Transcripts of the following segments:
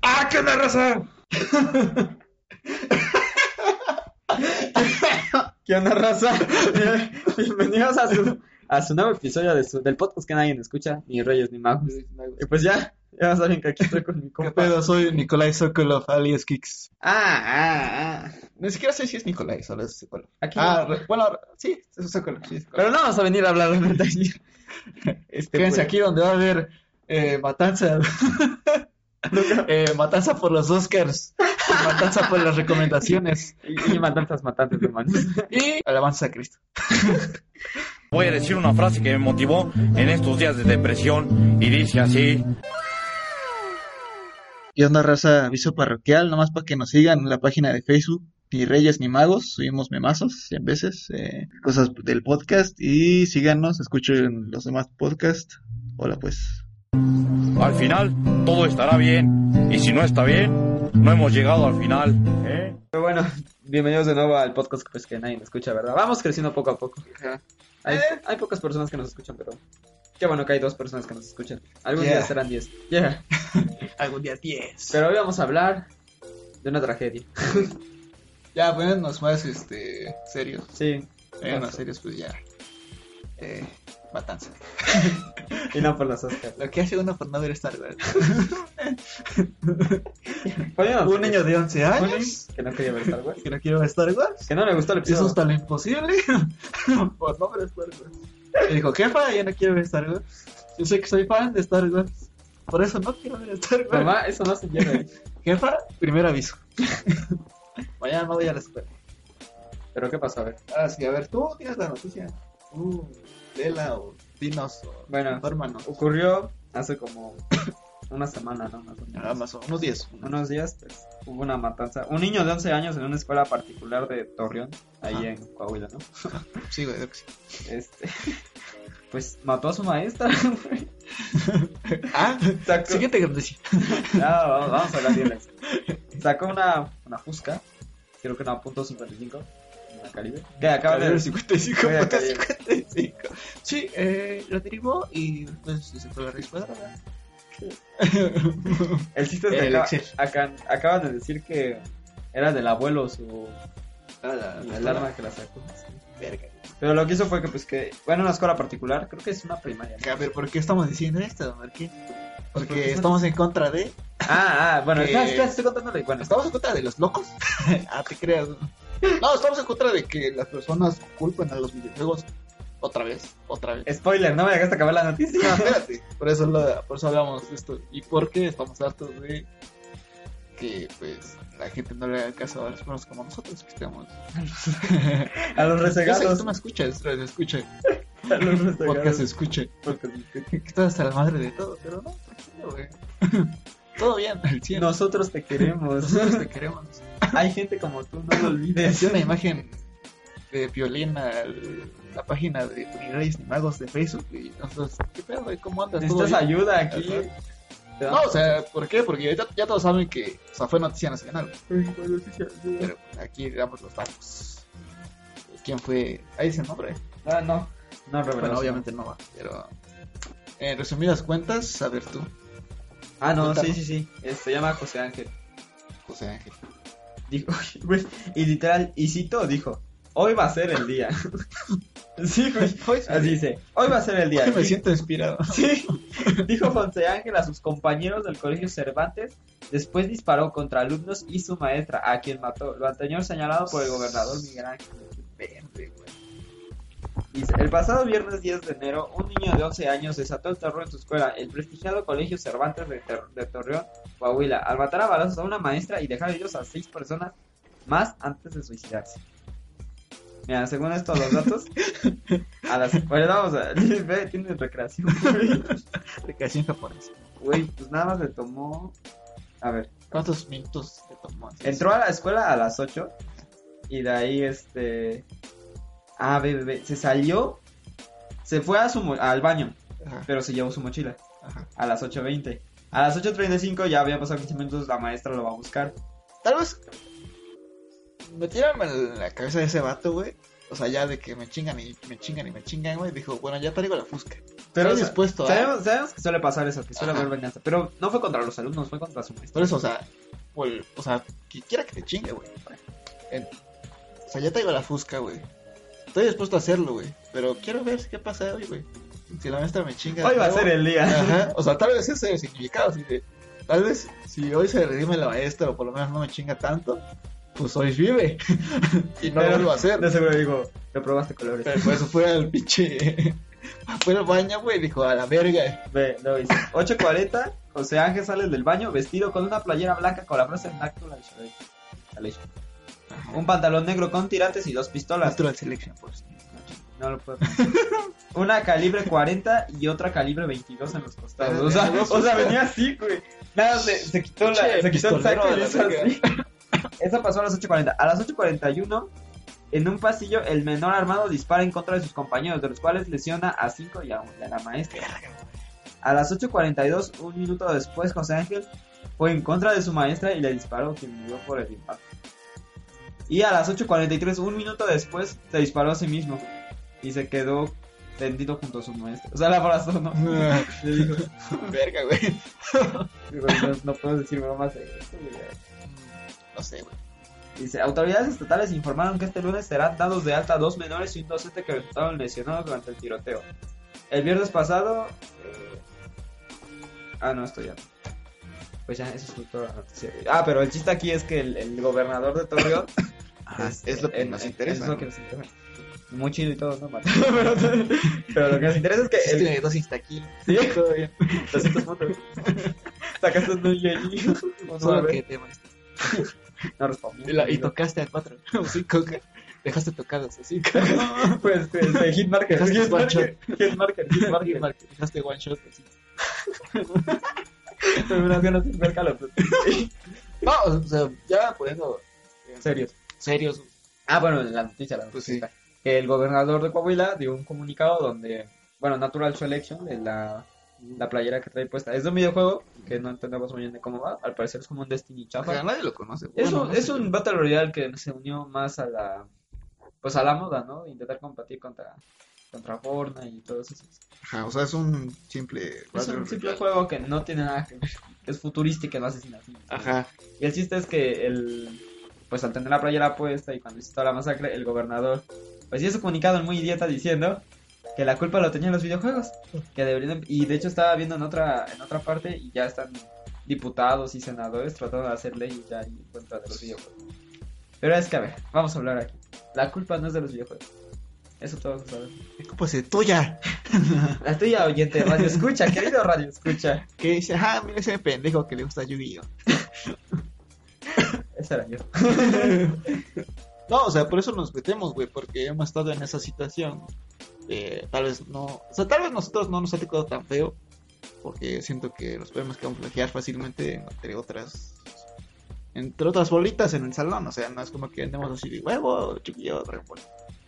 ¡Ah, qué onda, raza! ¿Qué onda, raza? Bien- Bienvenidos a su, a su nuevo episodio de su- del podcast que nadie escucha, ni Reyes ni Magos. Y pues ya, ya saben que aquí estoy con mi ¿Qué compa. pedo? Soy Nikolai Sokolov, alias Kicks. Ah, ah, ah. Ni siquiera sé si es Nikolai, solo es Sokolov. Aquí. Ah, re- bueno, re- sí, es Sokolov. Sí, es Sokolov. pues, Pero no vamos a venir a hablar de Metal Este, Quédense güey. aquí donde va a haber eh, matanza. Eh, matanza por los Oscars. Matanza por las recomendaciones. Y, y matanzas matantes, hermano. Y alabanza a Cristo. Voy a decir una frase que me motivó en estos días de depresión y dice así. ¿Qué onda, raza? Aviso parroquial, nomás para que nos sigan en la página de Facebook. Ni Reyes ni Magos, subimos memazos, 100 veces, eh, cosas del podcast y síganos, escuchen los demás podcasts. Hola, pues. Al final todo estará bien y si no está bien, no hemos llegado al final. ¿eh? Pero bueno, bienvenidos de nuevo al podcast pues, que nadie escucha, ¿verdad? Vamos creciendo poco a poco. Hay, Eh. hay pocas personas que nos escuchan, pero qué bueno que hay dos personas que nos escuchan. Algún Yeah. día serán diez. Yeah. Algún día 10. Pero hoy vamos a hablar de una tragedia. Ya, ponernos más este, serios. Sí. En las series, pues ya. Eh, matanza. Y no por los Oscars. Lo que hace uno por no ver Star Wars. Un Un niño de 11 años que no quería ver Star Wars. que no quiere ver Star Wars. Que no le gustó el Eso episodio. es tan imposible. por no ver Star Wars. Y dijo, jefa, ya no quiero ver Star Wars. Yo sé que soy fan de Star Wars. Por eso no quiero ver Star Wars. Mamá, eso no se lleva. Jefa, primer aviso. Mañana no voy a la escuela. Pero ¿qué pasó? A ver. Ahora sí, a ver, tú tienes la noticia. Uh, Lela o dinos o Bueno. infórmanos. Ocurrió hace como una semana, ¿no? Más o menos. Nada más, o unos 10. Unos días pues, hubo una matanza. Un niño de 11 años en una escuela particular de Torreón, ahí Ajá. en Coahuila, ¿no? Sí, güey, creo que sí. Este, pues mató a su maestra. güey. Ah, Sacó, siguiente noticia. No, vamos, vamos a hablar bien de eso. Sacó una, una fusca, creo que una .55, una calibre, que acaba Acaba de de... 55, Voy a puta, caer. 55. pues. Sí, eh, lo derivó y después se fue a la respuesta. El chiste es que Eh, El acaba- Excel. acan- acaban de decir que era del abuelo su Ah, la, el arma que la sacó. sí. Verga. Pero lo que hizo fue que, pues, que... Bueno, una escuela particular, creo que es una primaria. ¿no? A ver, ¿por qué estamos diciendo esto? ¿Por qué? Pues Porque porque estamos en contra de. Ah, ah, bueno, Que- espera, espera, estoy contándole. Bueno, ¿Estamos en contra de los locos? ah, te creas. ¿no? No, estamos en contra de que las personas culpen a los videojuegos. Otra vez, otra vez. Spoiler, no me dejaste acabar la noticia. No, espérate. Por eso, lo- por eso hablamos de esto. ¿Y por qué estamos hartos de que pues la gente no le haga caso a las personas como nosotros que estamos? A los Yo sé que resegados. tú me escuchas, pero se escucha. A los Porque se resegados. escucha. Porque- Que estás hasta la madre de todo, pero no, tranquilo, güey. Todo bien, al cielo. Nosotros te queremos. Nosotros te queremos. Hay gente como tú, no lo olvides. Hice una imagen de violín a la página de Ni Reyes ni Magos de Facebook y nosotros, ¿qué pedo, güey? ¿Cómo andas? ¿Todo Necesitas bien? ayuda aquí. Ajá. Te No, damos- o sea, ¿por qué? Porque ya, ya todos saben que, o sea, fue noticia nacional, pero aquí damos los datos. pues, ¿Quién fue? Ahí dice el nombre. Ah, no. No, Roberto. Bueno, obviamente no va, pero... En resumidas cuentas, a ver tú, Ah, no, Cuéntalo. sí, sí, sí. Eh, Se llama José Ángel. José Ángel. Dijo, güey, y literal, y cito, dijo, hoy va a ser el día. sí, güey. Así dice, hoy va a ser el día. Ay, me Y- siento inspirado. Sí, dijo José Ángel a sus compañeros del colegio Cervantes. Después disparó contra alumnos y su maestra, a quien mató. Lo anterior señalado por el gobernador Miguel Ángel. Verde, güey. Y El pasado viernes 10 de enero, un niño de 11 años desató el terror en su escuela, el prestigiado Colegio Cervantes de, Ter- de Torreón, Coahuila, al matar a balazos a una maestra y dejar heridos a seis personas más antes de suicidarse. Mira, según estos los datos, a las... Bueno, vamos a... Ve, tiene recreación. güey. Aplicación japonesa. Güey, pues nada más le tomó. A ver, ¿Cuántos minutos te tomó? Entró a la escuela a las 8 y de ahí este... Ah, ve, ve, ve, se salió, se fue a su mo- al baño, Ajá, pero se llevó su mochila ajá. a las 8.20. A las 8.35 ya había pasado 15 minutos, la maestra lo va a buscar. Tal vez metieron en la cabeza de ese vato, güey. O sea, ya de que me chingan y me chingan y me chingan, güey. Dijo, bueno, ya traigo la fusca. Pero Pero sa- dispuesto, ¿eh? sabemos, sabemos que suele pasar eso, que suele Ajá. haber venganza. Pero no fue contra los alumnos, fue contra su maestra. Por eso, o sea, o, el- o sea, que quiera que te chingue, güey. En- O sea, ya traigo la fusca, güey. Estoy dispuesto a hacerlo, güey. Pero quiero ver qué pasa hoy, güey. Si la maestra me chinga. Hoy va a luego- ser el día. Ajá. O sea, tal vez ese es el significado. así de, tal vez si hoy se redime la maestra o por lo menos no me chinga tanto, pues hoy vive. y no Pero- lo vuelvo a hacer. De seguro digo, reprobaste colores. Pero por eso fue al pinche. Fue al baño, güey. Dijo, a la verga. Ve, lo hice. 8.40, José Ángel sale del baño vestido con una playera blanca con la frase Náctula de Shrek. Dale. Un pantalón negro con tirantes y dos pistolas. Natural selection, pues. No lo puedo. pensar. Una calibre 40 y otra calibre 22 en los costados. O sea, o sea, venía así, güey. Nada, se, se quitó, la, Che, se quitó el saco y pistolero hizo de la así. Eso pasó a las 8.40. A las 8.41, en un pasillo, el menor armado dispara en contra de sus compañeros, de los cuales lesiona a 5 y a, un- y a la maestra. A las 8.42, un minuto después, José Ángel fue en contra de su maestra y le disparó, quien murió por el impacto. Y a las 8.43, un minuto después, se disparó a sí mismo y se quedó tendido junto a su maestra. O sea, la abrazó, ¿no? Ah, Le dijo, verga, güey. digo, no, no puedo decir bromas de esto, güey. No sé, güey. Dice, autoridades estatales informaron que este lunes serán dados de alta dos menores y un docente que resultaron lesionados durante el tiroteo. El viernes pasado... eh, Ah, no, esto ya. Pues ya, eso es todo la noticia, güey. Ah, pero el chiste aquí es que el, el gobernador de Torreón... Ah, este, es, es lo que en- nos en- interesa. Es lo que nos interesa. Muy chido y todo, ¿no? Martín? pero, pero lo que nos interesa es que... el- Tiene Este, dos instakill. Sí, Todo bien. 200 puntos. Sacaste un yelí. Solo que te molesté. No respondí. y, la- y tocaste a cuatro o cinco, ¿qué? Dejaste tocadas a cinco. Pues, pues, de Hitmarker. Hit Hitmarker. Hitmarker. Hitmarker. Dejaste one shot pues así. Pero unas ganas de ver calor, pues, No, o sea, ya poniendo eh, En serio. serios. Ah, bueno, la noticia, la Pues noticia. Que el gobernador de Coahuila dio un comunicado donde, bueno, Natural Selection, de la, la playera que trae puesta, es de un videojuego que no entendemos muy bien de cómo va. Al parecer es como un Destiny O sea, chafa. nadie lo conoce. Es Bueno, un, no es sé. un Battle Royale que se unió más a la, pues a la moda, ¿no? Intentar competir contra, contra Fortnite y todos esos. Ajá, Ah, o sea, es un simple. Es Battle un simple Royale. juego que no tiene nada que ver, que es futurista y que no asesina. así. Ajá. Y el chiste es que el, pues al tener la playera puesta y cuando hizo toda la masacre, el gobernador, pues hizo un comunicado muy idiota diciendo que la culpa lo tenían los videojuegos, que deberían, y de hecho estaba viendo en otra, en otra parte y ya están diputados y senadores tratando de hacer leyes ya en contra de los videojuegos. Pero es que a ver, vamos a hablar aquí. La culpa no es de los videojuegos. Eso todos lo saben. Pues es tuya. La tuya, oyente, radio escucha, querido radio escucha. Que dice, ah, mira ese pendejo que le gusta Yu-Gi-Oh. Ese era yo. No, o sea, por eso nos metemos, güey, porque hemos estado en esa situación. Eh, tal vez no, o sea, tal vez nosotros no nos ha tocado tan feo, porque siento que nos podemos camuflajear fácilmente entre otras, entre otras bolitas en el salón, o sea, no es como que andemos así de huevo, chiquillo, Dragon Ball.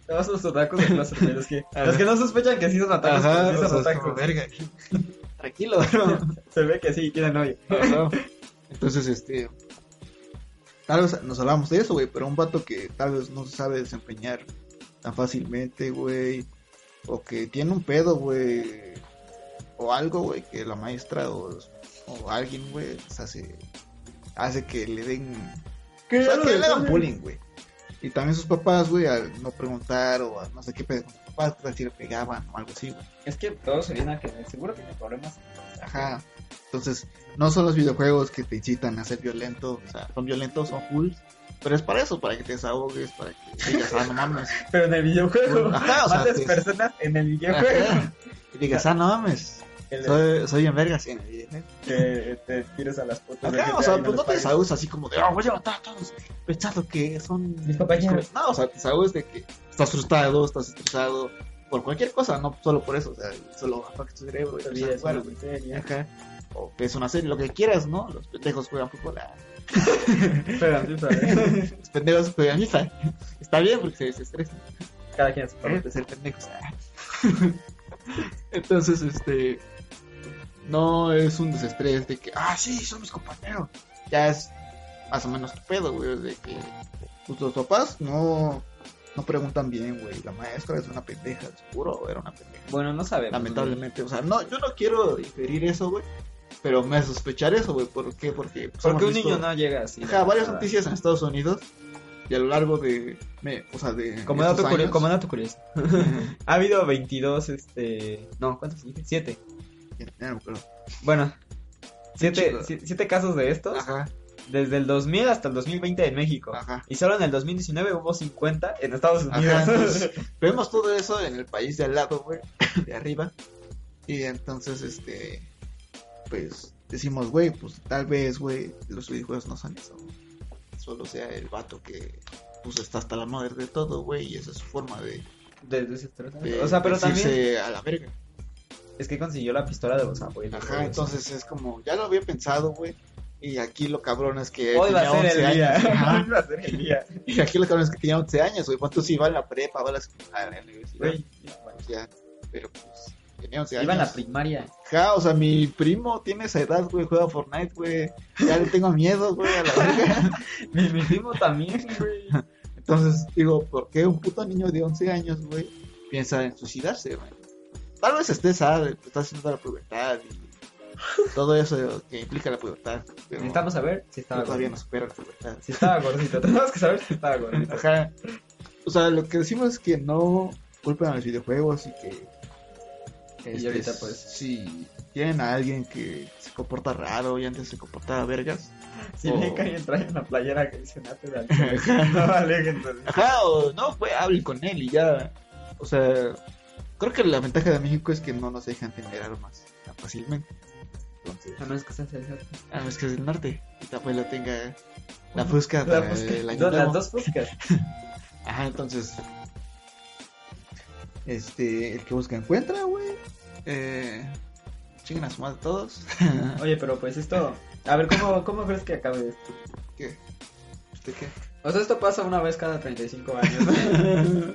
Todos los otakus de clase, pero es que los que no sospechan que sí son otakus, Ajá, pues sí o son sea, es otakus. como, verga. Tranquilo, bro. Se ve que sí, tienen novia. Entonces, este. Tal vez nos hablamos de eso, güey, pero un vato que tal vez no se sabe desempeñar tan fácilmente, güey, o que tiene un pedo, güey, o algo, güey, que la maestra o, o alguien, güey, pues, hace, hace que le den. o sea, que le hagan bullying, güey. Y también sus papás, güey, al no preguntar o a no sé qué pedo con sus papás, tal vez si le pegaban o algo así, güey. Es que todo se viene a que seguro tiene problemas. Ajá. Entonces, no son los videojuegos que te incitan a ser violento, o sea, son violentos, son cool, pero es para eso, para que te desahogues, para que digas, ah, no mames. Pero en el videojuego, Ajá, o sea, matas te- personas en el videojuego. Ajá. Y digas, ah, no mames, El- soy, soy en vergas en el internet. Que te tires a las putas. de Ajá, gente eh, o sea, ahí en pues no los te países. desahogues así como de, ah, voy a matar a todos, pensando que son Mis compañeros. No, o sea, te desahogues de que estás frustrado, estás estresado, por cualquier cosa, no solo por eso, o sea, solo afecta tu cerebro. Te y olvides tus de órganos, la miseria. Ajá. o ves una serie, lo que quieras, ¿no? Los pendejos juegan fútbol, ah, Espera, sí, espera. los pendejos juegan FIFA. Está bien porque se desestresan. Cada quien a su Aparte parte. de ser pendejos. ah. Entonces, este. No es un desestrés de que, ah, sí, son mis compañeros. Ya es más o menos tu pedo, güey. De que pues, los papás no, no preguntan bien, güey. La maestra es una pendeja, seguro era una pendeja. Bueno, no sabemos. Lamentablemente, o sea, no, yo no quiero inferir eso, güey. Pero me hace sospechar eso, güey. ¿Por qué? Porque. pues, Porque hemos un visto- niño no Ah. llega así. Ajá, la varias verdad. noticias en Estados Unidos y a lo largo de. me- o sea, de. Como estos dato, curio- años. como dato curioso, ha habido 22, este... No, ¿cuántos dije? Siete. Ya no me acuerdo. Bueno, siete, chingo. si- siete casos de estos Ajá, desde el 2000 hasta el 2020 en México. ajá. Y solo en el 2019 hubo 50 en Estados Ah. Ajá, Unidos. entonces, vemos todo eso en el país de al lado, güey, de arriba. Y entonces, este, pues decimos, güey, pues tal vez, güey, los videojuegos no son eso. güey. Solo sea el vato que, pues, está hasta la madre de todo, güey, y esa es su forma de, De- desestrozar. de o sea, pero decirse también a la verga. es que consiguió la pistola de los abuelos. Ajá, güey. entonces es como, ya lo había pensado, güey. Y aquí lo cabrón es que Hoy va a tenía ser 11 el día. años, ajá. Hoy va a ser el día. Y aquí lo cabrón es que tenía 11 años, güey. ¿Cuántos iba a la prepa, va a la secundaria, a la universidad? Güey, O sea, pero pues tenía 11 iba a la años. primaria. Ja, o sea, mi primo tiene esa edad, güey, juega Fortnite, güey. Ya le tengo miedo, güey, a la verga. Mi, mi primo también, güey. Entonces, digo, ¿por qué un puto niño de 11 años, güey, piensa en suicidarse, güey? Tal vez esté sad, está haciendo la pubertad y todo eso que implica la pubertad. Pero Necesitamos saber si yo estaba todavía gordito. no supera la pubertad. Si estaba gordito. Tenemos que saber si estaba gordito. Ajá. O sea, lo que decimos es que no culpen a los videojuegos y que. Y ahorita, pues. Si tienen a alguien que se comporta raro y antes se comportaba vergas. Si o- bien que alguien trae una playera que dice Nate de alcohol, no vale que entonces. Ajá, o no, pues hablen con él y ya. O sea, creo que la ventaja de México es que no nos dejan tener armas tan fácilmente. Entonces, A menos que seas el jefe. a menos que Ah, es del norte y tu abuela tenga la fusca Eh, La para fusca. el Do- ayuntamo. las dos fuscas. Ajá, entonces. Este, el que busca encuentra, güey. Eh, chinguen a su madre todos. Oye, pero pues esto. A ver, ¿cómo, cómo crees que acabe esto? ¿Qué? ¿Usted qué? O sea, esto pasa una vez cada 35 años. ¿no?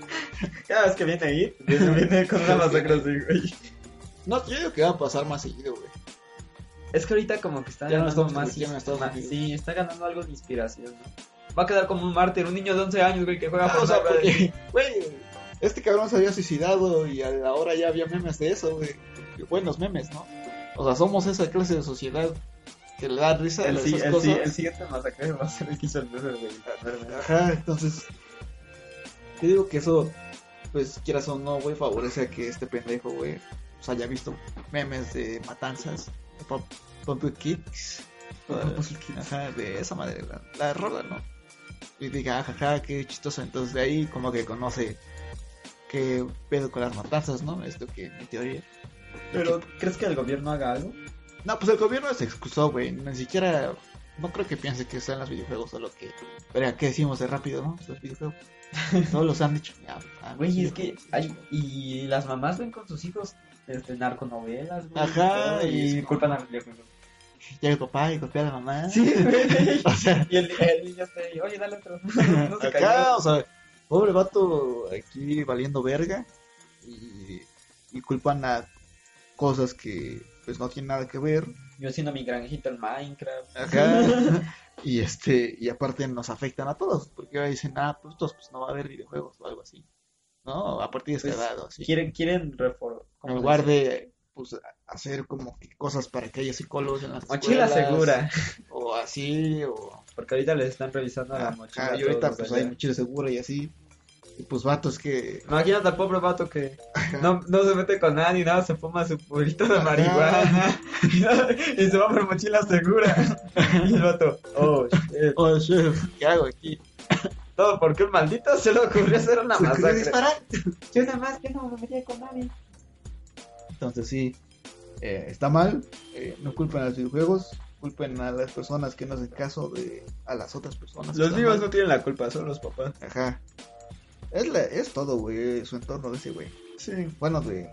cada vez que viene ahí, viene, viene con una masacre así, güey. No, yo digo que va a pasar más seguido, güey. Es que ahorita como que está Ya no ganando estamos más. discutiendo en Estados más- Unidos. sí, está ganando algo de inspiración, ¿no? Va a quedar como un mártir, un niño de 11 años, güey, que juega Ah, o sea, Fortnite, güey. porque, güey, este cabrón se había suicidado y a la hora ya había memes de eso, güey. Y Buenos memes, ¿no? O sea, somos esa clase de sociedad que le da risa a El, esas sí- el sí- cosas. el siguiente masacre va a ser el que hizo el Lucer, güey. Ajá, entonces. Yo digo que eso, pues quieras o no, güey, favorece a que este pendejo, güey, pues haya visto memes de matanzas, de Pump- Pumpkin Kicks, toda- ajá, de esa madre, la, la rola, ¿no? Y diga, "Ah, jaja, qué chistoso. Entonces de ahí, como que conoce qué pedo con las matanzas, ¿no? Esto que, en teoría. Pero, ¿crees que el gobierno haga algo? No, pues el gobierno se excusó, güey, ni siquiera. No creo que piense que sean los videojuegos o lo que. Pero ¿qué decimos de rápido, no? Los videojuegos. Todos los han dicho. ya, ah, Güey, sí, es que hay, y las mamás ven con sus hijos este, narconovelas, güey. y, Ajá, todo, y y- culpan al videojuego. Llega el papá y golpea a la mamá. Sí, güey. O sea, Y el, el niño está ahí, oye, dale otro. No se acá, cayó. o sea, pobre vato aquí valiendo verga. Y, y culpan a cosas que pues no tienen nada que ver. Yo haciendo mi granjita en Minecraft. Ajá. y este, y aparte nos afectan a todos, porque ahora dicen, ah, pues estos pues no va a haber videojuegos o algo así. ¿No? A partir de este Pues, lado, así. Quieren, quieren reformar. en lugar de pues, hacer como que cosas para que haya psicólogos en las Mochila escuelas, segura. o así o Porque ahorita les están revisando la Ajá, mochila. a y ahorita todos pues allá. hay mochila segura y así y pues vatos que Imagínate al pobre vato que no, no se mete con nadie, nada, se fuma su purito de Ajá. marihuana y se va por mochila segura. Y el vato, oh, shit. oh chef qué hago aquí Todo porque un maldito se le ocurrió hacer una ¿Se me ocurrió masacre. disparar? Yo nada más que no me metía con nadie. entonces sí eh, está mal eh, no culpen a los videojuegos culpen a las personas que no hacen caso de a las otras personas Los Está vivos no mal. tienen la culpa, son los papás. ajá es, la- es todo güey su entorno de ese güey Sí. bueno de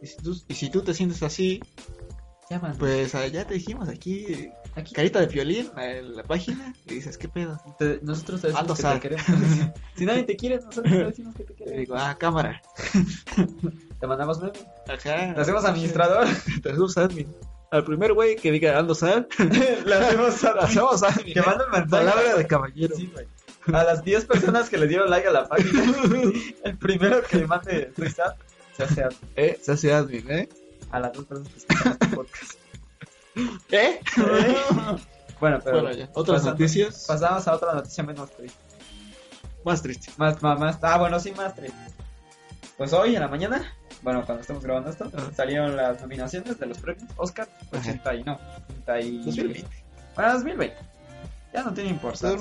y si tú, y si tú te sientes así Llaman. Pues ah, ya te dijimos aquí, Aquí carita de violín, la página, y dices, ¿qué pedo? te- nosotros te Alto decimos que sal. te queremos. si nadie te quiere, nosotros te decimos que te Y queremos. digo, ah, cámara. Te mandamos meme. Ajá. Te hacemos administrador. Te hacemos admin. Al primer güey que diga Aldo Sal, Le hacemos te hacemos admin. ¿eh? Te mando un mensaje. Palabra de caballero. Sí, güey. A las 10 personas que le dieron like a la página, el primero que le mande su chat se hace a, Eh, se hace admin, ¿eh? a las dos personas que escuchan este podcast. ¿Eh? Bueno, pero Bueno, ya. Otras pasando- noticias. pasamos a otra noticia menos triste. Más triste. Más, más, más- ah, bueno, sí, más triste. Pues hoy en la mañana, bueno, cuando estamos grabando esto, Ajá. salieron las nominaciones de los premios Oscar 80 y no, 80 y... Ah, 2020. Bueno, 2020. Ya no tiene Pasaron un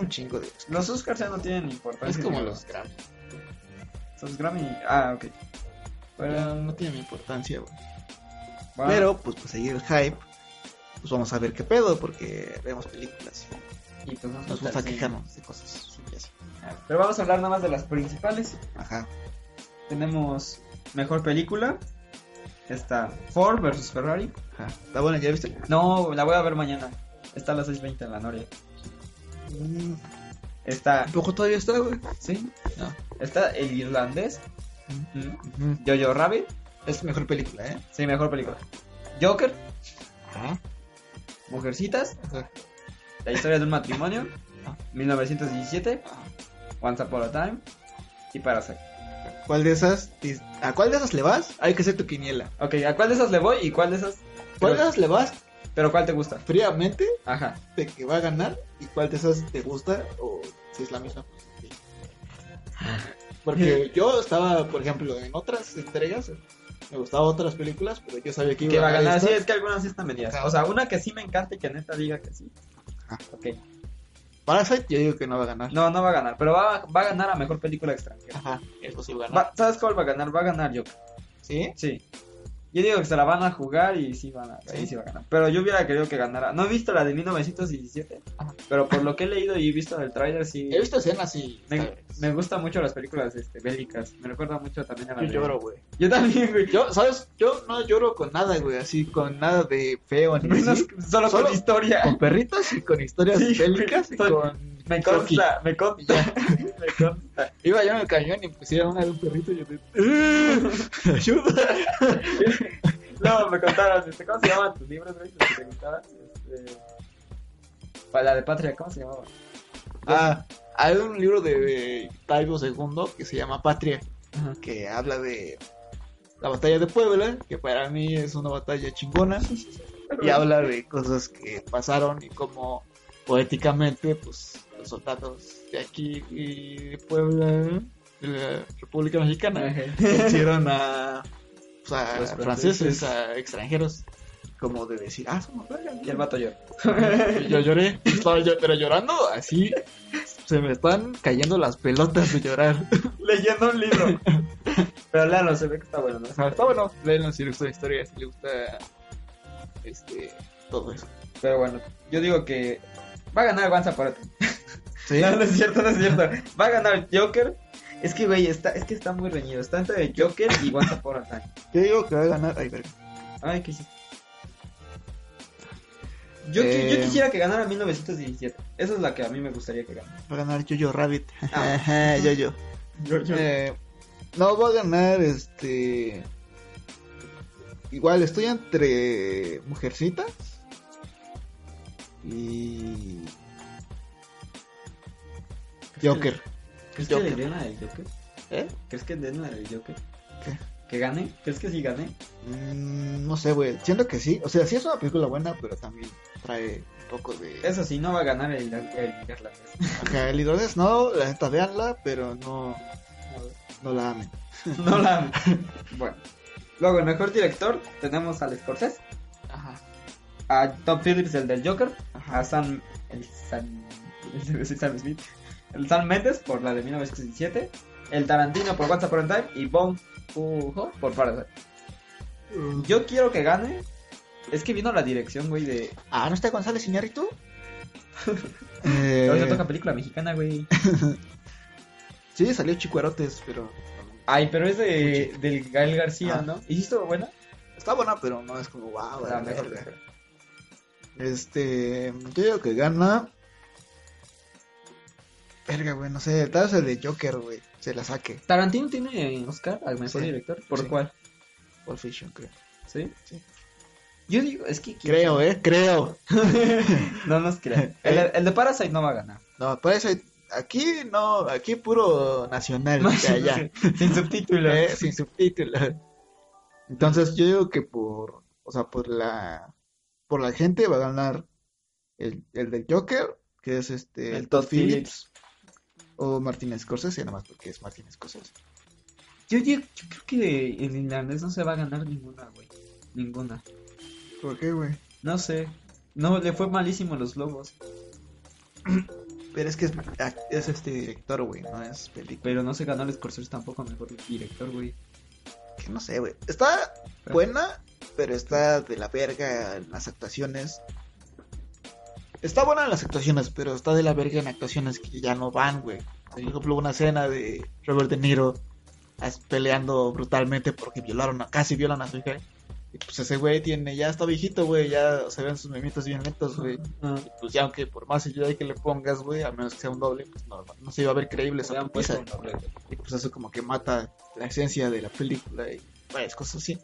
importancia. chingo de. Los Oscars ya no tienen Es importancia. como ni los Grammy. Los Grammy... Ah, ok. Bueno, Pero no tiene importancia, güey. bueno. Pero, pues, para seguir el hype, pues vamos a ver qué pedo, porque vemos películas. y Y pues Nos gusta sí. quejarnos de cosas. y así. Ah, Pero vamos a hablar nada más de las principales. Ajá. Tenemos mejor película. Está Ford versus Ferrari. Ajá. Está buena, ¿ya viste? No, la voy a ver mañana. Está a las 6.20 en la Noria. Mm, Está, Tampoco todavía está, güey. sí, No. está El Irlandés. Mm. Ujú. Jojo Rabbit. Es mejor película, ¿eh? Sí, mejor película. Joker. Ajá. Mujercitas. Ajá. La historia de un matrimonio. Ah. 1917. Once Upon a Time. Y Parasite. ¿Cuál de esas? dis- ¿A cuál de esas le vas? Hay que hacer tu quiniela. Ok, ¿a cuál de esas le voy y cuál de esas? ¿Cuál de Pero, esas le vas pero cuál te gusta. fríamente Ajá. de que va a ganar? ¿Y cuál de esas te gusta? O si es la misma. pues, sí. Porque yo estaba, por ejemplo, en otras entregas, me gustaban otras películas, pero yo sabía que iba que va a ganar. Sí, esta. es que algunas sí están vendidas. Ajá. O sea, una que sí me encanta y que neta diga que sí. Ajá. Ok. Parasite, yo digo que no va a ganar. No, no va a ganar, pero va, va a ganar a mejor película extranjera. Ajá, eso sí va a ganar. Va- ¿Sabes cuál va a ganar? Va a ganar yo. ¿Sí? Sí. Yo digo que se la van a jugar y sí van a, Sí. ahí sí va a ganar. Pero yo hubiera querido que ganara. No he visto la de 1917, Ajá. pero por lo que he leído y he visto del tráiler sí. He visto escenas y. Me, me gustan mucho las películas este, bélicas. Me recuerda mucho también a la Yo de- lloro, güey. Yo también, güey. Yo, ¿sabes? Yo no lloro con nada, güey, así, con nada de feo ni Menos- así. solo, Solo- con historia. Con perritos y con historias Sí, bélicas y estoy- con... Me Chucky. consta, me consta. me consta. Iba yo en el camión y pusieron una de un perrito y yo me... ¡Eh! ¡Ayuda! No, me contaron, este, ¿cómo se llamaban tus libros, güey? Los que te gustaban. Este... Para la de Patria, ¿cómo se llamaba? Ah, hay un libro de Taibo II que se llama Patria, que habla de la batalla de Puebla, que para mí es una batalla chingona, y habla de cosas que pasaron y cómo poéticamente, pues, los soldados de aquí y de Puebla, de la República Mexicana, hicieron a, pues, a Los franceses. franceses, a extranjeros, como de decir, ah, somos vergas, Y el vato yo. Y yo lloré, estaba yo- pero llorando así, se me están cayendo las pelotas de llorar. Leyendo un libro. Pero léalo, se ve que está bueno, ¿no? O sea, está bueno, léanlo si les gusta la historia, si les gusta este, todo eso. Pero bueno, yo digo que va a ganar Van Zapata. ¿Sí? No, no es cierto, no es cierto. Va a ganar Joker. Es que, güey, está, es que está muy reñido. Está entre Joker y One Zapata. Yo digo que va a ganar. Ay, verga. Ay, ¿qué hiciste? Yo, qui- yo Eh. quisiera que ganara 1917. Esa es la que a mí me gustaría que ganara. Va a ganar Jojo Rabbit. Ah. Ajá, Jojo. Yo, yo. Eh, no, va a ganar este. Igual estoy entre Mujercitas y. Joker. ¿Crees Joker. que le den la del Joker? ¿Eh? ¿Crees que le den la del Joker? ¿Qué? ¿Que gane? ¿Crees que sí gane? Mm, no sé, güey. Siento que sí. O sea, sí es una película buena, pero también trae un poco de. Eso sí, no va a ganar el, el irlandés. Acá el hidrones no, la neta, véanla, pero no, no la amen. No la. Bueno. Luego, el mejor director tenemos al Scorsese, Ajá. a Tom Phillips, el del Joker, a Sam. El Sam. el Sam Smith. El Sam Mendes por la de 1917. El Tarantino por Once Upon a Time. Y Bong Joon-ho por Parasite. Yo quiero que gane. Es que vino la dirección, güey, de. Ah, ¿no está González Iñárritu? Hoy eh, no toca película mexicana, güey. sí, salió Chicuarotes, pero. Ay, pero es de, del Gael García, Ah. ¿no? ¿Hiciste buena? Es está buena, pero no es como wow. La La mejor verga. película. Este, yo digo que gana. Verga, güey, no sé, tal vez el de Joker, güey, se la saque. Tarantino tiene Oscar al mejor Sí. director. ¿Por Sí. cuál? Pulp Fiction, creo. ¿Sí? Sí. Yo digo, es que. Creo, eh, creo. No nos crean. El, el de Parasite no va a ganar. No, por eso aquí no, aquí puro nacional, o sea, ya. Sin subtítulos. Eh, sin subtítulos. Entonces yo digo que por, o sea, por la, por la gente va a ganar el, el del Joker, que es este El Todd Phillips. o Martin Scorsese, nada más porque es Martin Scorsese. Yo, yo, yo creo que el irlandés no se va a ganar ninguna, güey. Ninguna. ¿Por qué, güey? No sé. No, le fue malísimo los lobos. Pero es que es, ac- es este director, güey, no es película. Pero no se ganó el Scorsese tampoco mejor director, güey. Que no sé, güey. Está buena, pero está de la verga en las actuaciones. Está buena en las actuaciones, pero está de la verga en actuaciones que ya no van, güey. Por ejemplo, una escena de Robert De Niro as- peleando brutalmente porque violaron, a- casi violan a su hija. Y pues ese güey tiene, ya está viejito, güey, ya se ven sus memitos bien lentos, güey. Ah, Y pues ya aunque por más ayuda que le pongas, güey, a menos que sea un doble, pues no, no se iba a ver creíble le esa han puesto putiza. un doble, güey. Y pues eso como que mata la esencia de la película y varias cosas así.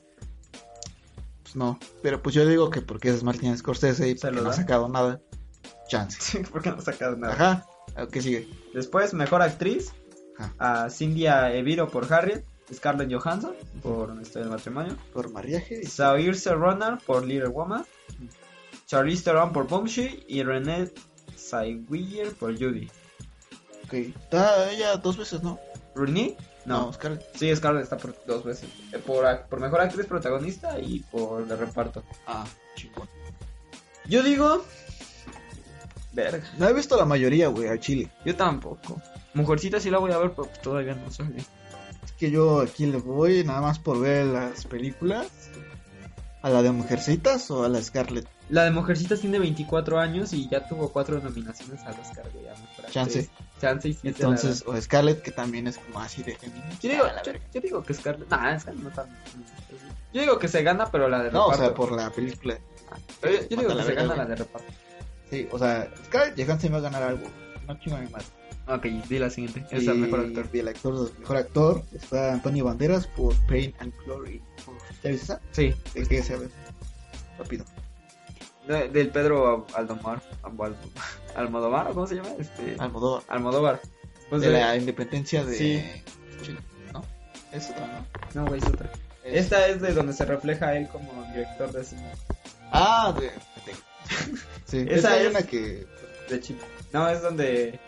Pues no. Pero pues yo digo que porque es Martin Scorsese y Se porque lo no ha da. sacado nada. Chance. ¿Por qué no sacaron nada? Ajá. ¿A ¿Qué sigue? Después, mejor actriz. Ah. A Cindy Eviro por Harriet. Scarlett Johansson por una historia de matrimonio. Por mariaje. Saoirse Ronan por Little Woman. Charlize Theron por Bombshell. Y Renée Zellweger por Judy. Ok. Está ella dos veces, ¿no? ¿Renée? No. Scarlett. Sí, Scarlett está por dos veces. Eh, Por, ac- por mejor actriz protagonista y por el reparto. Ah, chingón. Yo digo. Verga. No he visto la mayoría, güey, al chile. Yo tampoco. Mujercita sí la voy a ver, pero pues todavía no sale. Es que yo aquí le voy nada más por ver las películas. ¿A la de Mujercitas o a la Scarlett? La de Mujercitas tiene 24 años y ya tuvo cuatro nominaciones al Oscar, güey. a mejor actriz. Chance. Chance y sí se la Entonces, o Scarlett, que también es como así de femenina. da. Yo digo, yo, yo digo que Scarlett. Nah, Scarlett no tan. Yo digo que se gana, pero la de No, o reparto. sea, por la película. Yo, yo digo Mata que la se verga, gana la güey. de reparto. Sí, o sea, Scarlett Johansson va a ganar algo. No chingo mi madre. Ok, di la siguiente. Es el Y mejor actor. del actor- mejor actor está Antonio Banderas por Pain and Glory. ¿Ya viste esa? Sí, ¿De qué se ve? Rápido. de- del Pedro Aldomar. Aldo- Almodóvar, ¿o ¿cómo se llama? Este, Almodóvar. Almodóvar. Pues de de- la independencia de Chile, ¿no? Es otra, ¿no? No, güey, es otra. Es- Esta es de donde se refleja él como director de cine. Ah, de... pendejo. Sí, Esa esa, es- es una que... de Chile. No, es donde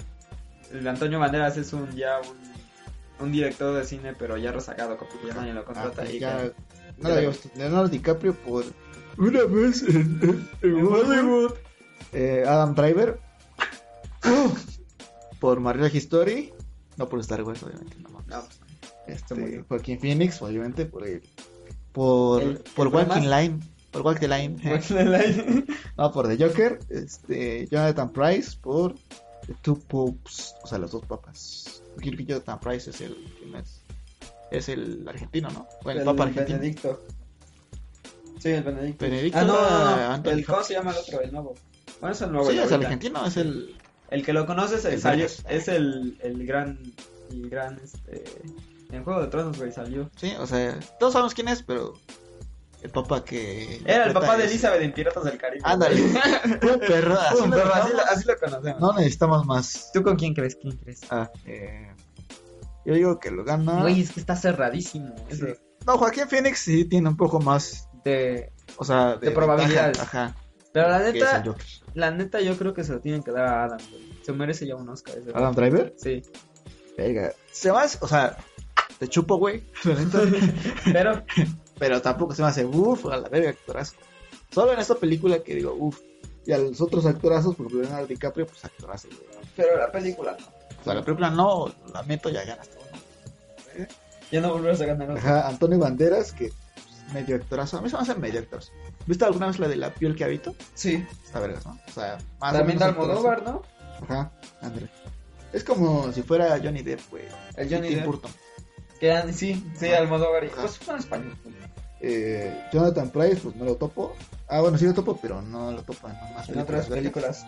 el Antonio Banderas es un ya un, un director de cine, pero ya rezagado, como que ya nadie lo Ah, contrata. y ya... que- No la había visto. Leonardo DiCaprio por... Una vez en, en Hollywood. Eh, Adam Driver. por Marriage History. No por Star Wars, obviamente, no mames. No, Este, muy bien. Joaquín Phoenix, obviamente, por el- por, El- por el Walking problema- Line. Por Walking Line. eh. pues, el aire. No, por The Joker. Este, Jonathan Price por The Two Popes. O sea, los dos papas. Creo que Jonathan Price es el. ¿quién es? Es el argentino, ¿no? Bueno, el, papa argentino. Benedicto. Sí, el Benedicto. Benedicto ah, no, era no, no, Anthony el- ¿Cómo Hopkins. se llama el otro? El nuevo. Bueno, es el nuevo. sí, ya es el ahorita. argentino, es el. El que lo conoce es el, El salió, Vergas. es el, el gran. El gran. Este, en Juego de Tronos, güey, salió. Sí, o sea, todos sabemos quién es, pero. El papa que. Era el papá de Elisa Elizabeth en Piratas del Caribe. Ándale. Un perro, así Un lo perro, así, llamamos. lo, así lo conocemos. No necesitamos más. ¿Tú con quién crees? ¿Quién crees? Ah, eh, yo digo que lo gana. Güey, es que está cerradísimo. Ah. Sí. eso No, Joaquín Phoenix sí tiene un poco más, de- o sea, De probabilidades. ventaja, Ajá. Pero la que es neta, el Joker. la neta yo creo que se lo tienen que dar a Adam, güey. Se merece ya un Oscar. ese güey. Adam Driver. Sí. Venga. Se me hace, o sea, te chupo, güey. la neta, Pero, Pero tampoco se me hace, uff, a la verga, actorazo. Solo en esta película que digo, uff. Y a los otros actorazos, por ejemplo, Leonardo DiCaprio, pues actorazo, güey. pero la película no. O sea, la película no, la meto ya ganas todo. Ya no volverás a ganar Oscar. Ajá, Antonio Banderas, que pues, medio actorazo. A mí se me hace medio actorazo. ¿Viste alguna vez la de la piel que habito? Sí. Está vergas, ¿no? O sea, más También de o menos actorazo. Almodóvar, ¿no? Ajá, André. Es como si fuera Johnny Depp, güey. El Johnny Y Tim Depp. pues, Burton. Que eran- sí, sí, Ajá. Almodóvar. Y, Ajá. pues son españoles. güey. eh, Jonathan Price, pues no lo topo. Ah, bueno, sí lo topo, pero no lo topo en más En otras ¿verdad? películas.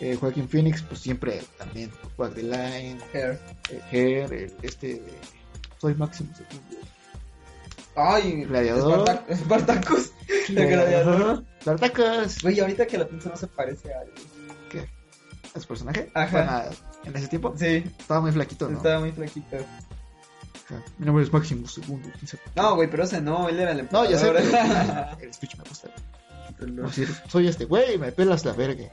Eh, Joaquín Phoenix, pues siempre también Walk the Line, Hair. eh, Hair, el- este de Soy Máximo Segundo. Ay, Gladiador. Spartac- Spartacus. El Eh, gladiador. Tartacas, Güey, ahorita que lo pienso no se parece a a su personaje. Ajá. Bueno, en ese tiempo Sí, estaba muy flaquito, ¿no? estaba muy flaquito. Ajá. Mi nombre es Máximo Segundo. quién sabe. No, güey, pero ese no, él era el No, emperador. ya sé, pero el speech me gusta. No. Por decir, soy este güey, me pelas la verga.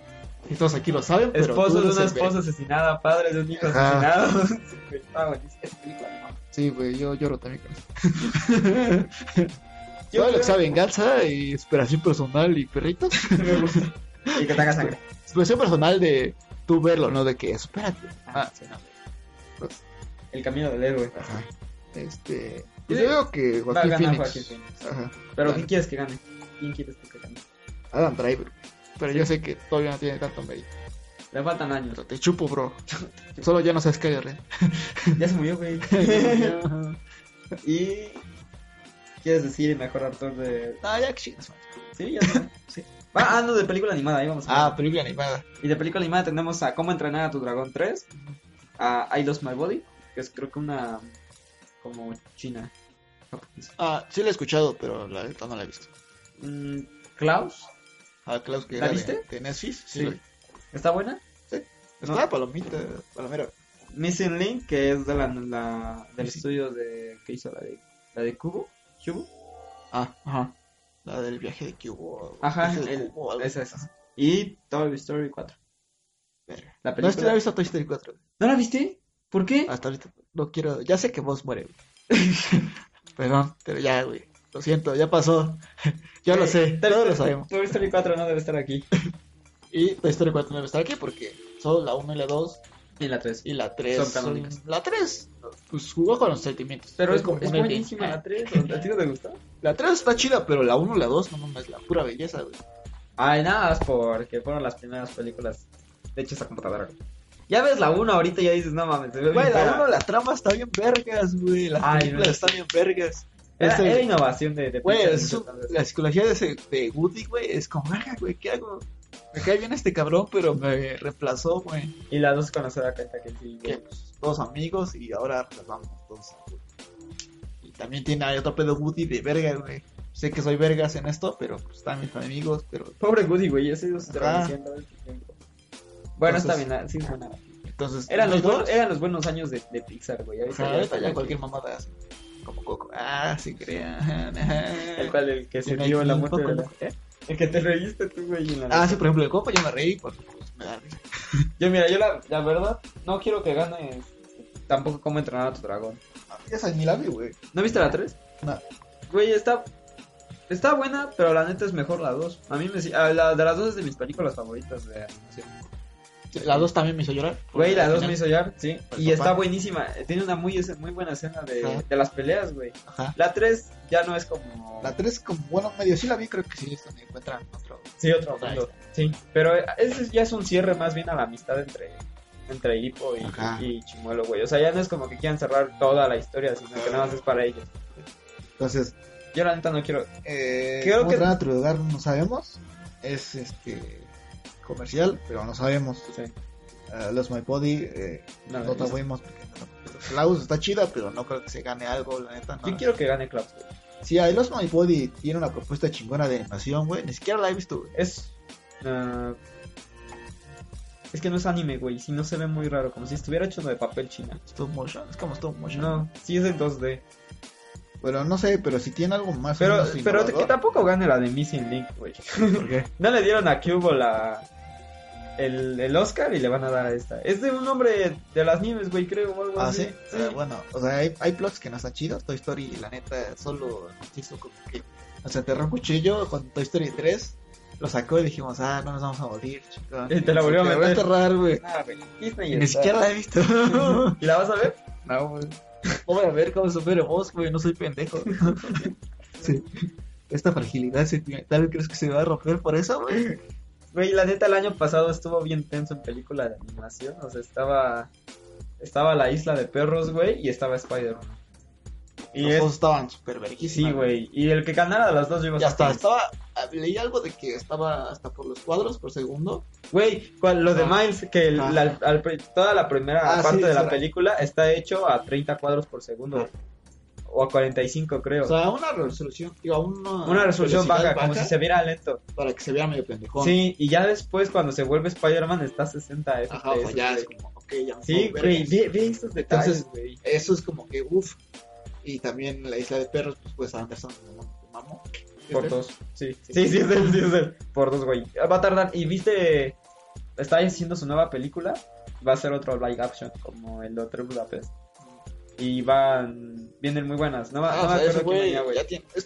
Y todos aquí lo saben, pero. Esposo tú de eres una el verga. esposa asesinada, padre de un hijo Ajá. asesinado. Sí, güey, Está buenísimo. Esa película, no. Sí, güey, yo lloro también con eso. yo lo que sea venganza y superación personal y perritos. Y que te haga sangre. superación personal de tú verlo, no de que supérate. Ah, sí, no. Pues, El camino del héroe. ajá. Este. Pues yo digo que Va a Joaquín ganar Phoenix. Joaquín Phoenix. Ajá. Pero Claro. ¿quién quieres que gane? ¿Quién quieres tú que gane? Adam Driver. Pero yo sé que todavía no tiene tanto mérito. Le faltan años. Pero te chupo, bro. Solo ya no sabes qué Ya se murió, güey. y. ¿Quieres decir el mejor actor de.? Ah, ya que chingas, madre. Sí, ya sé. Sí. Ah, ah, no, de película animada, ahí vamos. a Ah, película animada. Y de película animada tenemos a Cómo entrenar a tu dragón 3, a I Lost My Body, que es creo que una como china. japonesa. Ah, sí la he escuchado, pero la neta no la he visto. Mm, Klaus, Ah, claro que ¿La era de- viste? de Netflix, sí. Sí. la vi. ¿está buena? Estaba palomita, palomero. Missing Link, que es de la, la- del Sí. estudio de que hizo la de la de Cubo, Cubo. Ah, Ajá. la del viaje de Cubo. Ajá, viaje de el- Cubo, algo. Esa es. Y Toy Story 4. Verga. La No, es que no película. he visto Toy Story 4. güey. ¿No la viste? ¿Por qué? Hasta ahorita no quiero. Ya sé que vos muere. güey. Perdón, pero ya, güey. Lo siento, ya pasó. ya Eh, lo sé, Toy todos Story- lo sabemos. Toy Story 4 no debe estar aquí. Y Toy Story 4 no debe estar aquí porque solo la 1 y la 2 Y la 3. y la 3 Son canónicas. La 3, pues jugó con los sentimientos. Pues, Pero es, como es una buenísima bien- la 3. ¿A ti no te gustó? La 3 está chida, pero la 1 y la 2 no mames, la pura belleza, güey. Ay, nada más porque fueron las primeras películas de hecho esa computadora. Ya ves la 1 ahorita y ya dices, no mames, se ve Güey, bien la fea". 1, la trama está bien vergas, güey. Las Ay, películas no. están bien vergas. Era, Este- era innovación de... de Güey, Pixar, es un- entonces. la psicología de, ese, de Woody, güey, es como, verga, güey, ¿qué hago? Me cae bien este cabrón, pero me reemplazó, güey. Y la 2 cuando se da cuenta que sí. Que, pues, Dos amigos y ahora nos vamos todos a Woody. Y también tiene hay otro pedo Woody de verga, güey. Sé que soy vergas en esto, pero pues, están mis amigos, pero Pobre Woody, güey, ese se estaba Ajá. diciendo. Bueno, Entonces- está bien, ah, sí es buena. entonces... Eran los, amigos, buenos, eran los buenos años de, de Pixar, güey. o ahorita sea, ya ahorita ya está- cualquier mamada hace, como Coco. Ah, sí, crean. El cual, el que se Tiene dio en la un muerte poco, de la- ¿no? El que te reíste tú, güey, en la... Ah, sí, por ejemplo, el copo yo me reí porque pues, me da risa. Yo, mira, yo la, la verdad no quiero que ganes tampoco cómo entrenar a tu dragón. Esa Ah, ni la vi, güey. ¿No viste la 3? No. Güey, está. Está buena, pero la neta es mejor la 2. A mí me. si- a la de las dos es de mis películas favoritas de animación. La 2 también me hizo llorar. Güey, la 2 Al me final. hizo llorar, sí. Pues, Y papá. está buenísima. eh, Tiene una muy, es- muy buena escena de, Ajá. de las peleas, güey. Ajá. La 3 ya no es como. La 3, como, bueno, medio sí la vi, creo que sí, se me encuentran otro. Sí, otro Otra mundo. Sí. Pero ese ya es un cierre más bien a la amistad entre. Entre Hippo y, Ajá. y Chimuelo, güey. O sea, ya no es como que quieran cerrar toda la historia, sino que nada más es para ellos. Entonces, Yo la neta no quiero. eh, Creo ¿cómo que- entrar a tu lugar? No sabemos. Es este comercial, pero no sabemos. Sí. Eh, Los My Body, eh, No, no yo- te fuimos. porque no- Klaus está chida, pero no creo que se gane algo, la neta. No. Yo quiero que gane Klaus, güey. Sí, ahí Los My Body tiene una propuesta chingona de animación, güey. Ni siquiera la he visto, güey. Es. ah, es que no es anime, güey. Si no se ve muy raro, como si estuviera hecho de papel china. Stop motion, es como stop motion. No, sí es en 2D. Pero no sé, pero si tiene algo más. o Pero, menos pero innovador. que tampoco gane la de Missing Link, güey. ¿Por qué? No le dieron a Cubo la. El, el Oscar y le van a dar a esta. Es de un hombre de las nieves, güey, creo. o algo Ah, así. sí. Eh, bueno, o sea, hay, hay plots que no están chidos. Toy Story, la neta, solo nos hizo como que nos enterró un cuchillo con Toy Story 3. Lo sacó y dijimos, ah, no nos vamos a morir, chicos. Y te la volvió a Te voy a meter. enterrar, güey. Ah, güey, Disney Y está. Ni siquiera la he visto. ¿Y la vas a ver? no, güey. Voy a ver cómo supere vos, güey. No soy pendejo. sí. Esta fragilidad sentimental, ¿crees que se va a romper por eso, güey? Güey, la neta, el año pasado estuvo bien tenso en película de animación. O sea, estaba. Estaba la isla de perros, güey, y estaba Spider-Man. Y los es- dos estaban súper Sí, verguísimas. güey. Y el que ganara de los dos Y llegó hasta hasta estaba, leí algo de que estaba hasta por los cuadros por segundo. Güey, cual- lo de Ah. Miles, que el- Ah. la- al pri- toda la primera Ah, parte sí, de la sí. película está hecho a 30 cuadros por segundo. O a 45, creo. O sea, una resolución, digo, una, Una resolución baja, velocidad como si se viera lento. para que se vea medio pendejón. Sí, y ya después cuando se vuelve Spider-Man está a 60 FPS. Ajá, o sea, ya güey. es como, ok, ya me Sí, puedo güey, ve, ver. ve esos detalles, güey. Eso es como que, uff. Y también la isla de perros, pues, pues Anderson, como mamó. Por dos, sí. Sí, sí, es él, sí, es él. Por dos, güey. Va a tardar. Y viste, está haciendo su nueva película. Va a ser otro live action, como el de Hotel Budapest. Y van, vienen muy buenas. No, va- Ah, no o me sea, ese acuerdo quién güey venía, güey. ya tiene. es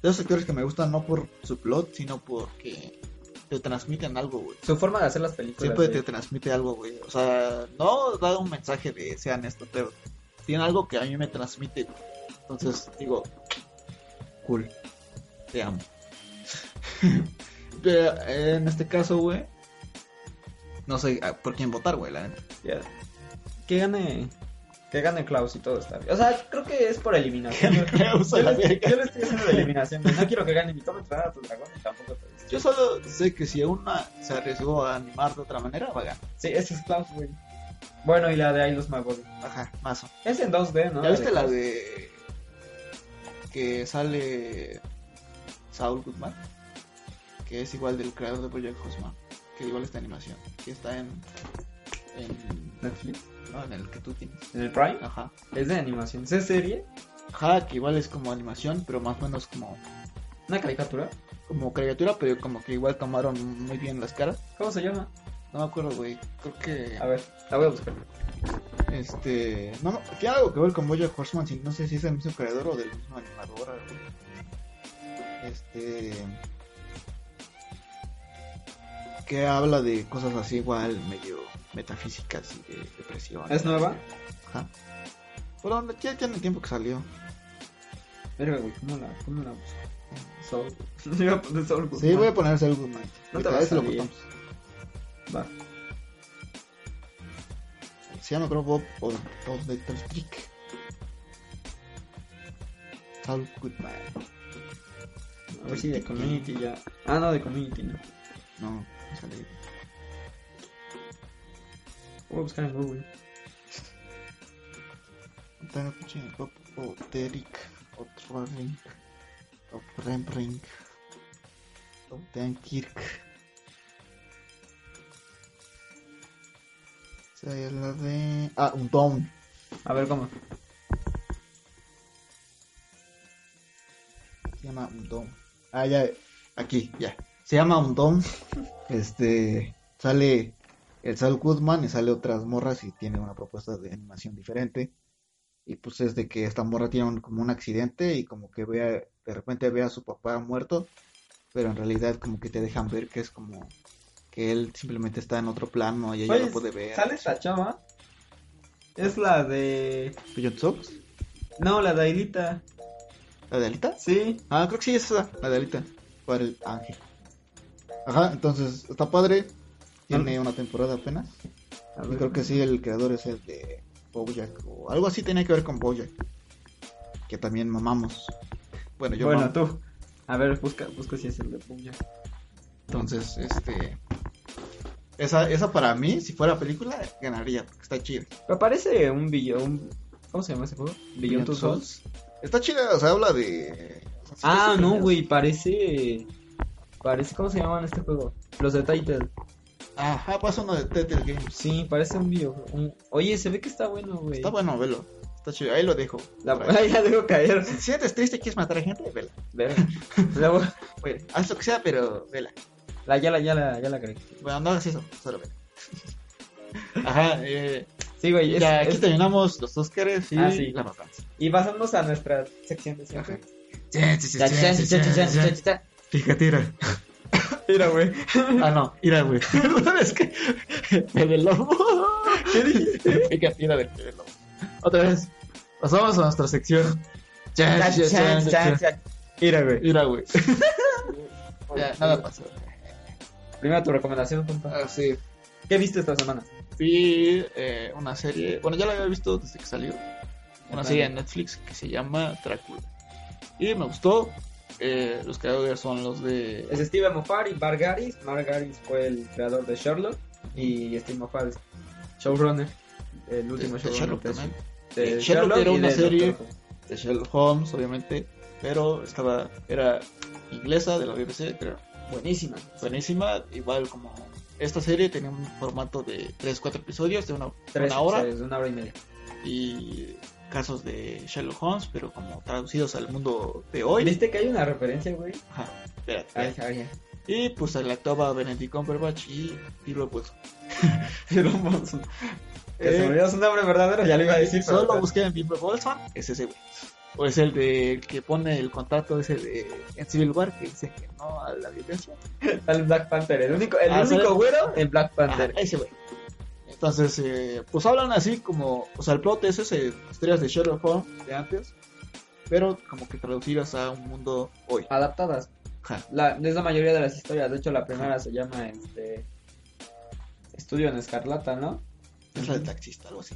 de esos actores que me gustan no por su plot, sino porque te transmiten algo, güey. Su forma de hacer las películas. Siempre te güey. transmite algo, güey. O sea, no da un mensaje de sean esto, pero tiene algo que a mí me transmite, güey. Entonces, digo, cool. Te amo. Pero, eh, en este caso, güey, no sé ah, por quién votar, güey, la neta. Ya. Que gane. Que gane Klaus y todo está bien. O sea, creo que es por eliminación. Yo, Klaus a yo la le, verga. yo le estoy haciendo la eliminación. güey. No quiero que gane ni cómo entrenar a tu dragón ni tampoco. te- Yo solo sé que si una se arriesgó a animar de otra manera, va a ganar. Sí, ese es Klaus, güey. Bueno, y la de I Lost My Body. Ajá, más o Es en 2D, ¿no? ¿Ya viste la Klaus. de que sale Saul Goodman? Que es igual del creador de Project Horseman, que igual esta animación, que está en en, Netflix? no, en el que tú tienes. ¿En el Prime? Ajá. Es de animación. ¿Es serie? Ajá, que igual es como animación, pero más o menos como ¿Una caricatura? como caricatura, pero como que igual tomaron muy bien las caras. ¿Cómo se llama? No me acuerdo, güey. Creo que A ver, la voy a buscar. este, no, no, tiene algo que ver con Bojack Horseman, si- no sé si es el mismo creador o del mismo animador. algo. Este, que habla de cosas así igual medio metafísicas y de depresión. ¿Es nueva? Ajá. Pero no, ya tiene tiempo que salió. Verga, güey, ¿cómo la, cómo la busco? Soul. Yo iba a poner Soul. Sí, voy a ponerse algo más. No te Ahorita, va a a ver si lo salir. buscamos. Va. Se llama creo Bob o Bob de Trick. Saul Goodman. A ver si de Community ya... Ah, no, de Community no. No, no sale. Voy a buscar en Google. Tengo pinche Bob o Derek o Trolling o Rembrandt o Dan Kirk. O sea, es la de. Ah, un Down. A ver cómo. Se llama un Down. Ah, ya. Aquí, ya. Se llama un Down. Este. Sale el Sal Goodman y sale otras morras y tiene una propuesta de animación diferente. Y pues es de que esta morra tiene un- como un accidente y como que vea, de repente ve a su papá muerto, pero en realidad como que te dejan ver que es como que él simplemente está en otro plano y ella Oye, lo puede ver. Pues, ¿Sale esta chava? Es la de... ¿Pigeon Souls? No, la de Ailita. ¿La de Alita? Sí. Ah, creo que sí es esa, la de Alita, para el ángel. Ajá, entonces está padre, tiene una temporada apenas. Ah. A Y ver. creo que sí, el creador es el de Bojack, o algo así tenía que ver con Bojack, que también mamamos. Bueno, yo Bueno, mamo. tú. A ver, busca, busca si es el de Puya. Entonces, este. Esa, esa para mí, si fuera película, ganaría, porque está chida. Me parece un billón... ¿Cómo se llama ese juego? Billón Beyond Two Souls. Está chida, o sea, habla de. Ah, Sí, sí, no, sí. güey, parece. Parece, ¿cómo se llaman este juego? Los de Title. Ajá, pasa uno de Telltale Games. Sí, parece un video. un- Oye, se ve que está bueno, güey. Está bueno, velo. Está chido, ahí lo dejo. La... Por ahí. Ay, la dejo caer. Si te sientes triste y quieres matar a gente, vela. Verga. La voy- Bueno, haz lo que sea, pero vela. La, ya la, ya la, ya la creí. Bueno, no hagas eso, solo vela. Ajá, eh, Sí, güey. es- ya aquí es- terminamos los Óscares y Ah, sí. la matanza. Y pasamos a nuestra sección de siempre. Sí, sí, sí, Ya, sí, ya, sí, ya, sí, ya, sí, ya, sí. ya. Fíjate, mira. Mira, güey. Ah, no, mira, güey. es que. Pepe Lobo. ¿Qué dijiste? Fíjate, mira, del Pepe Lobo. Otra vez. Pasamos a nuestra sección. Ya, Ya, ya, ya, ya. ya. Mira, güey. Mira, güey. Ya, nada pasó. Primero tu recomendación, compa. Ah, sí. ¿Qué viste esta semana? Vi eh, una serie. Bueno, ya la había visto desde que salió. una serie de Netflix que se llama Drácula. Y me gustó. eh, los creadores son los de. Es Steven Moffat y Margaris. Margaris fue el creador de Sherlock. Y Steve Moffat es showrunner. El último Mm. de showrunner. Sherlock de- también. de Eh, Sherlock era y una de serie- Doctor Who. de Sherlock Holmes, obviamente, pero estaba, era inglesa de la BBC, creo. Buenísima. Buenísima, igual como esta serie tenía un formato de 3-4 episodios de una, Tres una hora episodios, una hora y media. y casos de Sherlock Holmes, pero como traducidos al mundo de hoy. ¿Viste que hay una referencia, güey? Ajá, espérate, Ay, espérate. ay, ay. Y pues la actuaba Benedict Cumberbatch y Philip Wilson. Philip Wilson. Que Eh, se me olvidó su nombre verdadero, ya lo iba a decir. pero- Solo busquen Bilbo Bolson, es ese güey. O es el de el que pone el contrato ese de en Civil War que dice que no a la violencia. Sale en Black Panther, el único, el Ah, único sale- güero en Black Ajá, Panther. ese güey. Entonces, eh, pues hablan así como, o sea, el plot es ese, historias de Sherlock Holmes de antes, pero como que traducidas a un mundo hoy. Adaptadas. Ajá. La, es la mayoría de las historias. De hecho, la primera se llama este Estudio en Escarlata, ¿no? Es la de taxista, algo así.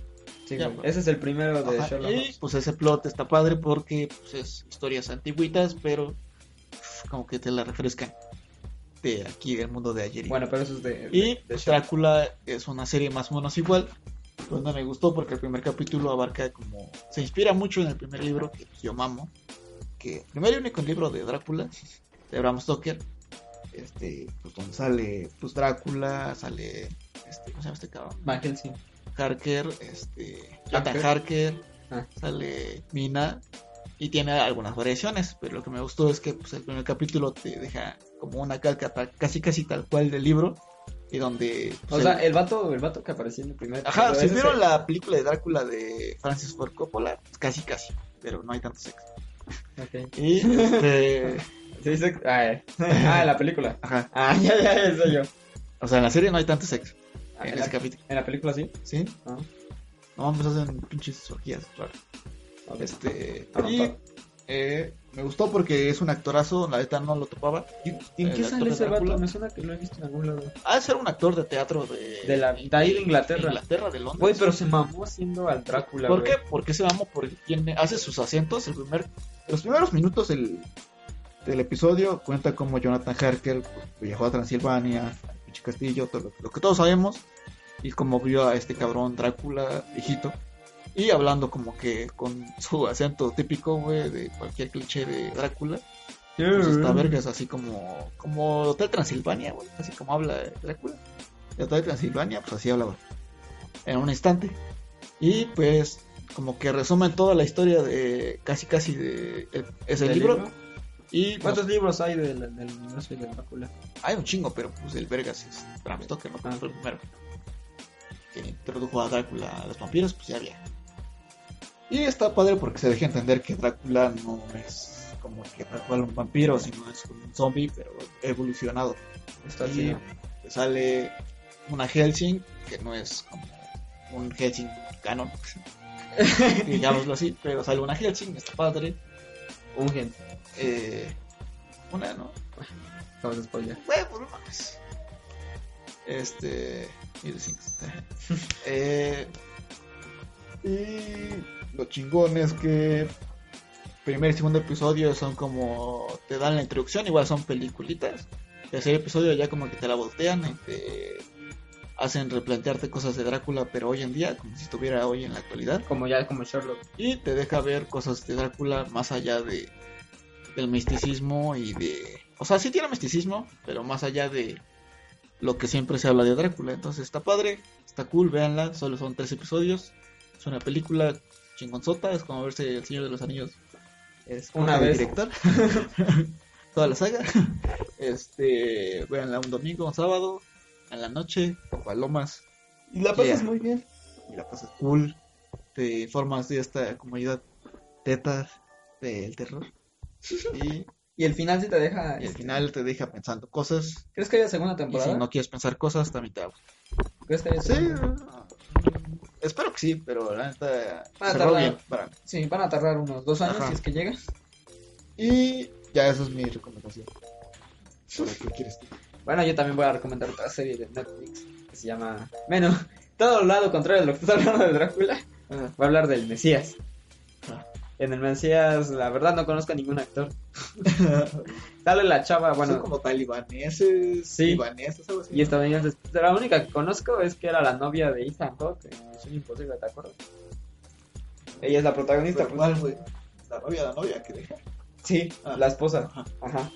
Sí, Ya, güey. pues. ese es el primero de Ajá, Sherlock. y Holmes. pues ese plot está padre porque pues, es historias antiguitas, pero pues, como que te la refrescan de aquí, del mundo de ayer. y Bueno, pero eso es de. Y de- de pues, Drácula es una serie más o menos igual. Pues no me gustó porque el primer capítulo abarca como. Se inspira mucho en el primer libro que yo mamo. Que el primer y único libro de Drácula, de Bram Stoker. Este, pues donde sale pues, Drácula, sale. Este, ¿Cómo se llama este cabrón? Van Helsing. Harker, este. Jonathan Harker. Harker, Ah. sale Mina. Y tiene algunas variaciones, pero lo que me gustó es que pues, el primer capítulo te deja como una calca ta- casi casi tal cual del libro. Y donde. O pues, sea, el- el vato, el vato que apareció en el primer. Ajá, pero si ese es vieron el- la película de Drácula de Francis Ford Coppola, pues, casi casi, pero no hay tanto sexo. ok. Y este, Se dice. Ah, eh. Ah, en la película. ajá, Ah, ya, ya, ya, eso yo. o sea, en la serie no hay tanto sexo Ah, en en, la, ese capítulo, en la película sí. ¿sí? Ah. No, pues hacen pinches orgías, claro. Ok. Este, Ah, no, y todo. eh, me gustó porque es un actorazo, la neta no lo topaba. ¿Y- y ¿En el qué actor sale de ese vato? Drácula. Me suena que lo he visto en algún lado. Ha de ser un actor de teatro de, De la- de ahí de Inglaterra. Inglaterra, de Londres. Güey, pero se mamó haciendo al Drácula. ¿Por güey. qué? Porque ese amo porque tiene, hace sus asientos. El primer, los primeros minutos del, del episodio cuenta cómo Jonathan Harker pues, viajó a Transilvania, al pinche castillo, todo lo, lo que todos sabemos, y cómo vio a este cabrón Drácula, viejito, y hablando como que con su acento típico, güey, de cualquier cliché de Drácula. Pues está vergas, así como, como Hotel Transilvania, güey, así como habla Drácula. De Hotel Transilvania, pues así hablaba. En un instante. Y pues, como que resumen toda la historia de casi casi de el- es el ¿Del libro. Y ¿Cuántos libros hay del, del universo de Drácula? pues, hay un chingo, pero pues el vergas es Bram Stoker, ¿no? Ah. Fue el primero. Que introdujo a Drácula a los vampiros, pues ya había. Y está padre porque se deja entender que Drácula no es como que tal cual un vampiro, sino es como un zombie, pero evolucionado. Está Y- así, ¿no? sale una Helsing que no es como un Helsing canon, digámoslo así, pero sale una Helsing, está padre. Un gen. eh, una, ¿no? Acabas de spoiler. Bueno, pues, no mames. Este. y los cinco, está bien. Eh, y lo chingón es que primer y segundo episodio son como te dan la introducción, igual son peliculitas. Tercer episodio ya como que te la voltean y te hacen replantearte cosas de Drácula, pero hoy en día, como si estuviera hoy en la actualidad Como ya, como Sherlock. y te deja ver cosas de Drácula más allá de del misticismo y de o sea sí tiene misticismo pero más allá de lo que siempre se habla de Drácula entonces está padre está cool véanla solo son tres episodios es una película chingonzota es como verse el Señor de los Anillos Es una una vez. director toda la saga este véanla un domingo un sábado en la noche con palomas Y la pasas pasas muy bien. y la pasas cool, te formas de esta comunidad teta del terror. Y, Y el final sí te deja. y al este, final te deja pensando cosas. ¿Crees que haya segunda Y temporada? si no quieres pensar cosas, también te hago. ¿Crees que haya Sí, segunda? mm, espero que sí, pero la neta Va a cerró tardar. bien para mí. Sí, van a tardar unos dos años Ajá. si es que llega. Y ya esa es mi recomendación. ¿Para qué quieres tú? Bueno, yo también voy a recomendar otra serie de Netflix que se Ah, llama. Bueno, todo el lado contrario de lo que está hablando de Drácula. Voy a hablar del Mesías. Ah. En el Mancías, la verdad, no conozco a ningún actor. Dale la chava, Son bueno, como talibaneses, Sí. libaneses, algo así. y estadounidenses. La única que conozco es que era la novia de Ethan Hawke en Misión Imposible, ¿te acuerdas? Ella es la protagonista, Pero pues. igual, güey. La novia, la novia, que deja. Sí, Ah. la esposa. Ajá. Ajá.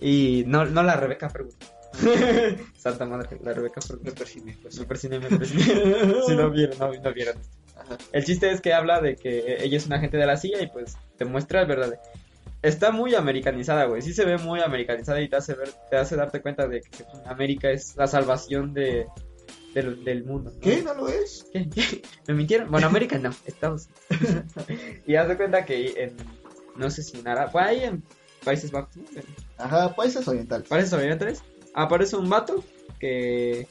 Y no, no la Rebeca Ferguson. Santa madre, la Rebeca Me Ferguson. persiné, pues. Me persiné, me persiné. si no vieron, no, no vieron. Ajá. El chiste es que habla de que ella es una agente de la CIA y pues te muestra el verdadero. Está muy americanizada, güey. Sí se ve muy americanizada y te hace, ver, te hace darte cuenta de que América es la salvación de, de lo- del mundo. ¿no? ¿Qué? ¿No lo es? ¿Qué? ¿Qué? ¿Me mintieron? Bueno, América no, Estados Unidos. y haz de cuenta que en, no sé si en Ara- fue ahí en Países Bajos, ¿no? En Ajá, pues países orientales. Países Orientales, aparece un vato que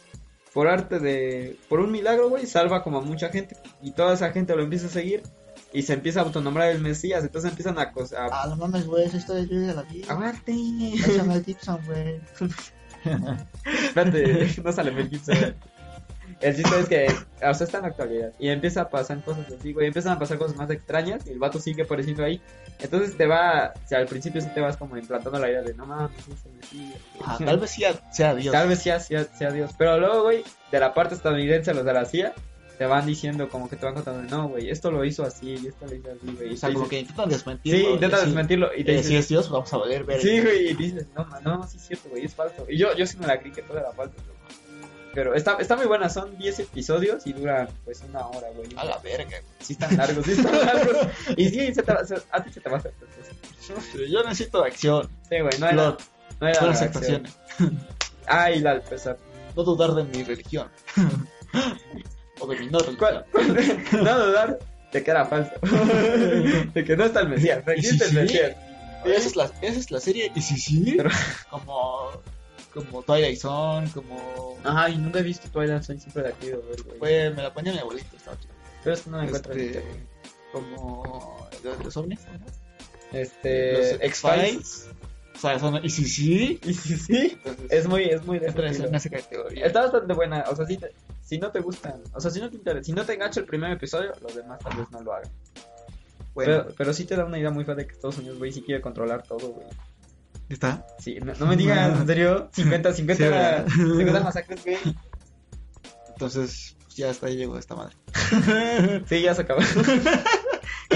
por arte de, por un milagro, güey, salva como a mucha gente y toda esa gente lo empieza a seguir y se empieza a autonombrar el Mesías, entonces empiezan a... cos- a- Ah, no mames, güey, esa historia yo ya la vi. ¡Aguante! Esa Mel Gibson, güey. Espérate, no sale Mel Gibson. El chiste es que, o sea, está en la actualidad. Y empieza a pasar cosas así, güey. Empiezan a pasar cosas más extrañas y el vato sigue apareciendo ahí. Entonces te va, o sea, al principio sí te vas como implantando la idea de, no mames, sí, se me sigue". Ah, tal vez sea, sea Dios. Tal vez sea, sea, sea Dios. Pero luego, güey, de la parte estadounidense, los de la CIA, te van diciendo como que te van contando, no, güey, esto lo hizo así y esto lo hizo así, güey. Y O sea, te como dicen- que intentan desmentirlo. Sí, y intenta decir, desmentirlo y te eh, dicen, si es Dios, vamos a valer ver. Sí, güey, y dices, no, ma- no, sí es cierto, güey, es falso. Y yo, yo sí me la creí que toda era falso, güey. Pero está, está muy buena, son 10 episodios y duran pues una hora, güey. A la verga. Sí están largos, sí están largos. Y sí, se te va- se- a ti se te va a hacer. pues, güey. Yo necesito acción. Sí, güey, no No, era, no era buenas acción. actuaciones. Ah, y la, pues, a- No dudar de mi religión. o de mi no religión. ¿cuál? no dudar de que era falso. de que no está el Mesías, no ¿Y si existe el sí? Mesías. Esa es la, esa es la serie. Y sí, sí. Pero- Como, como Twilight Zone, como... Ay, nunca he visto Twilight Zone siempre de aquí, güey. güey. Fue- me la ponía mi abuelito estaba chido. Pero es que no me encuentro en Pues, Este, internet. como los, los ovnis, ¿no? Este, X-Files. O sea, son... Y sí, sí. Y sí, sí. Entonces, Es muy, es muy de entra ese en estilo. esa categoría. Está bastante buena. O sea, si, te- si no te gustan, o sea, si no te interesa, si no te engancha el primer episodio, los demás tal vez no lo hagan. Bueno, Pero, pero sí te da una idea muy fea de que Estados Unidos, güey, sí quiere controlar todo, güey. está. Sí, no, no me digas, en serio, 50, 50, Sí, ¿verdad? 50 masacres, güey. Entonces, pues ya hasta ahí llegó esta madre. Sí, ya se acabó.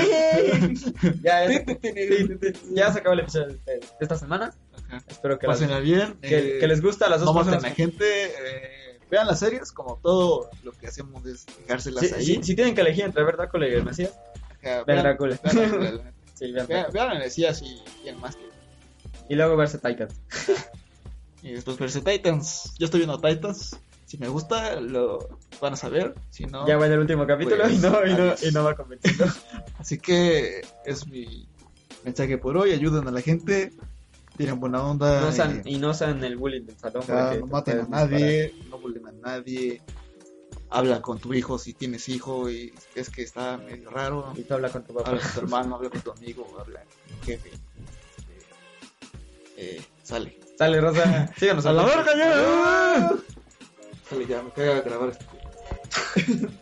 ya, ya, se- ya se acabó el episodio de, de esta semana. Ajá. Espero que, las- Pásenla bien. que, eh, que les guste a las dos no maten personas. a gente. eh, vean las series, como todo lo que hacemos es dejárselas Sí, ahí. sí, si tienen que elegir entre ver Drácula y el Mesías, Ajá, ver vean, Drácula. vean, Drácula, la neta. Sí, vean vean, Drácula. vean el Mesías y, y el Master. Y luego verse Titans. Y después verse Titans. Yo estoy viendo Titans. Si me gusta, lo van a saber. Si no, Ya va en el último capítulo y, no, y, no, Adiós. Pues, y no va convenciendo. Así que es mi mensaje por hoy. Ayuden a la gente. Tiren buena onda. No sean- eh, y no sean el bullying del salón. ya, porque pues, no te maten a pueden disparar. nadie. No bullen a nadie. Habla con tu hijo si tienes hijo y es que está medio raro. Y tú habla con tu papá. Habla con tu hermano, habla con tu amigo, habla con tu jefe. este, Eh, eh, sale. Sale, Rosa. Síganos. ¡A la hablando. verga ya! Sale ya, me caga grabar esto.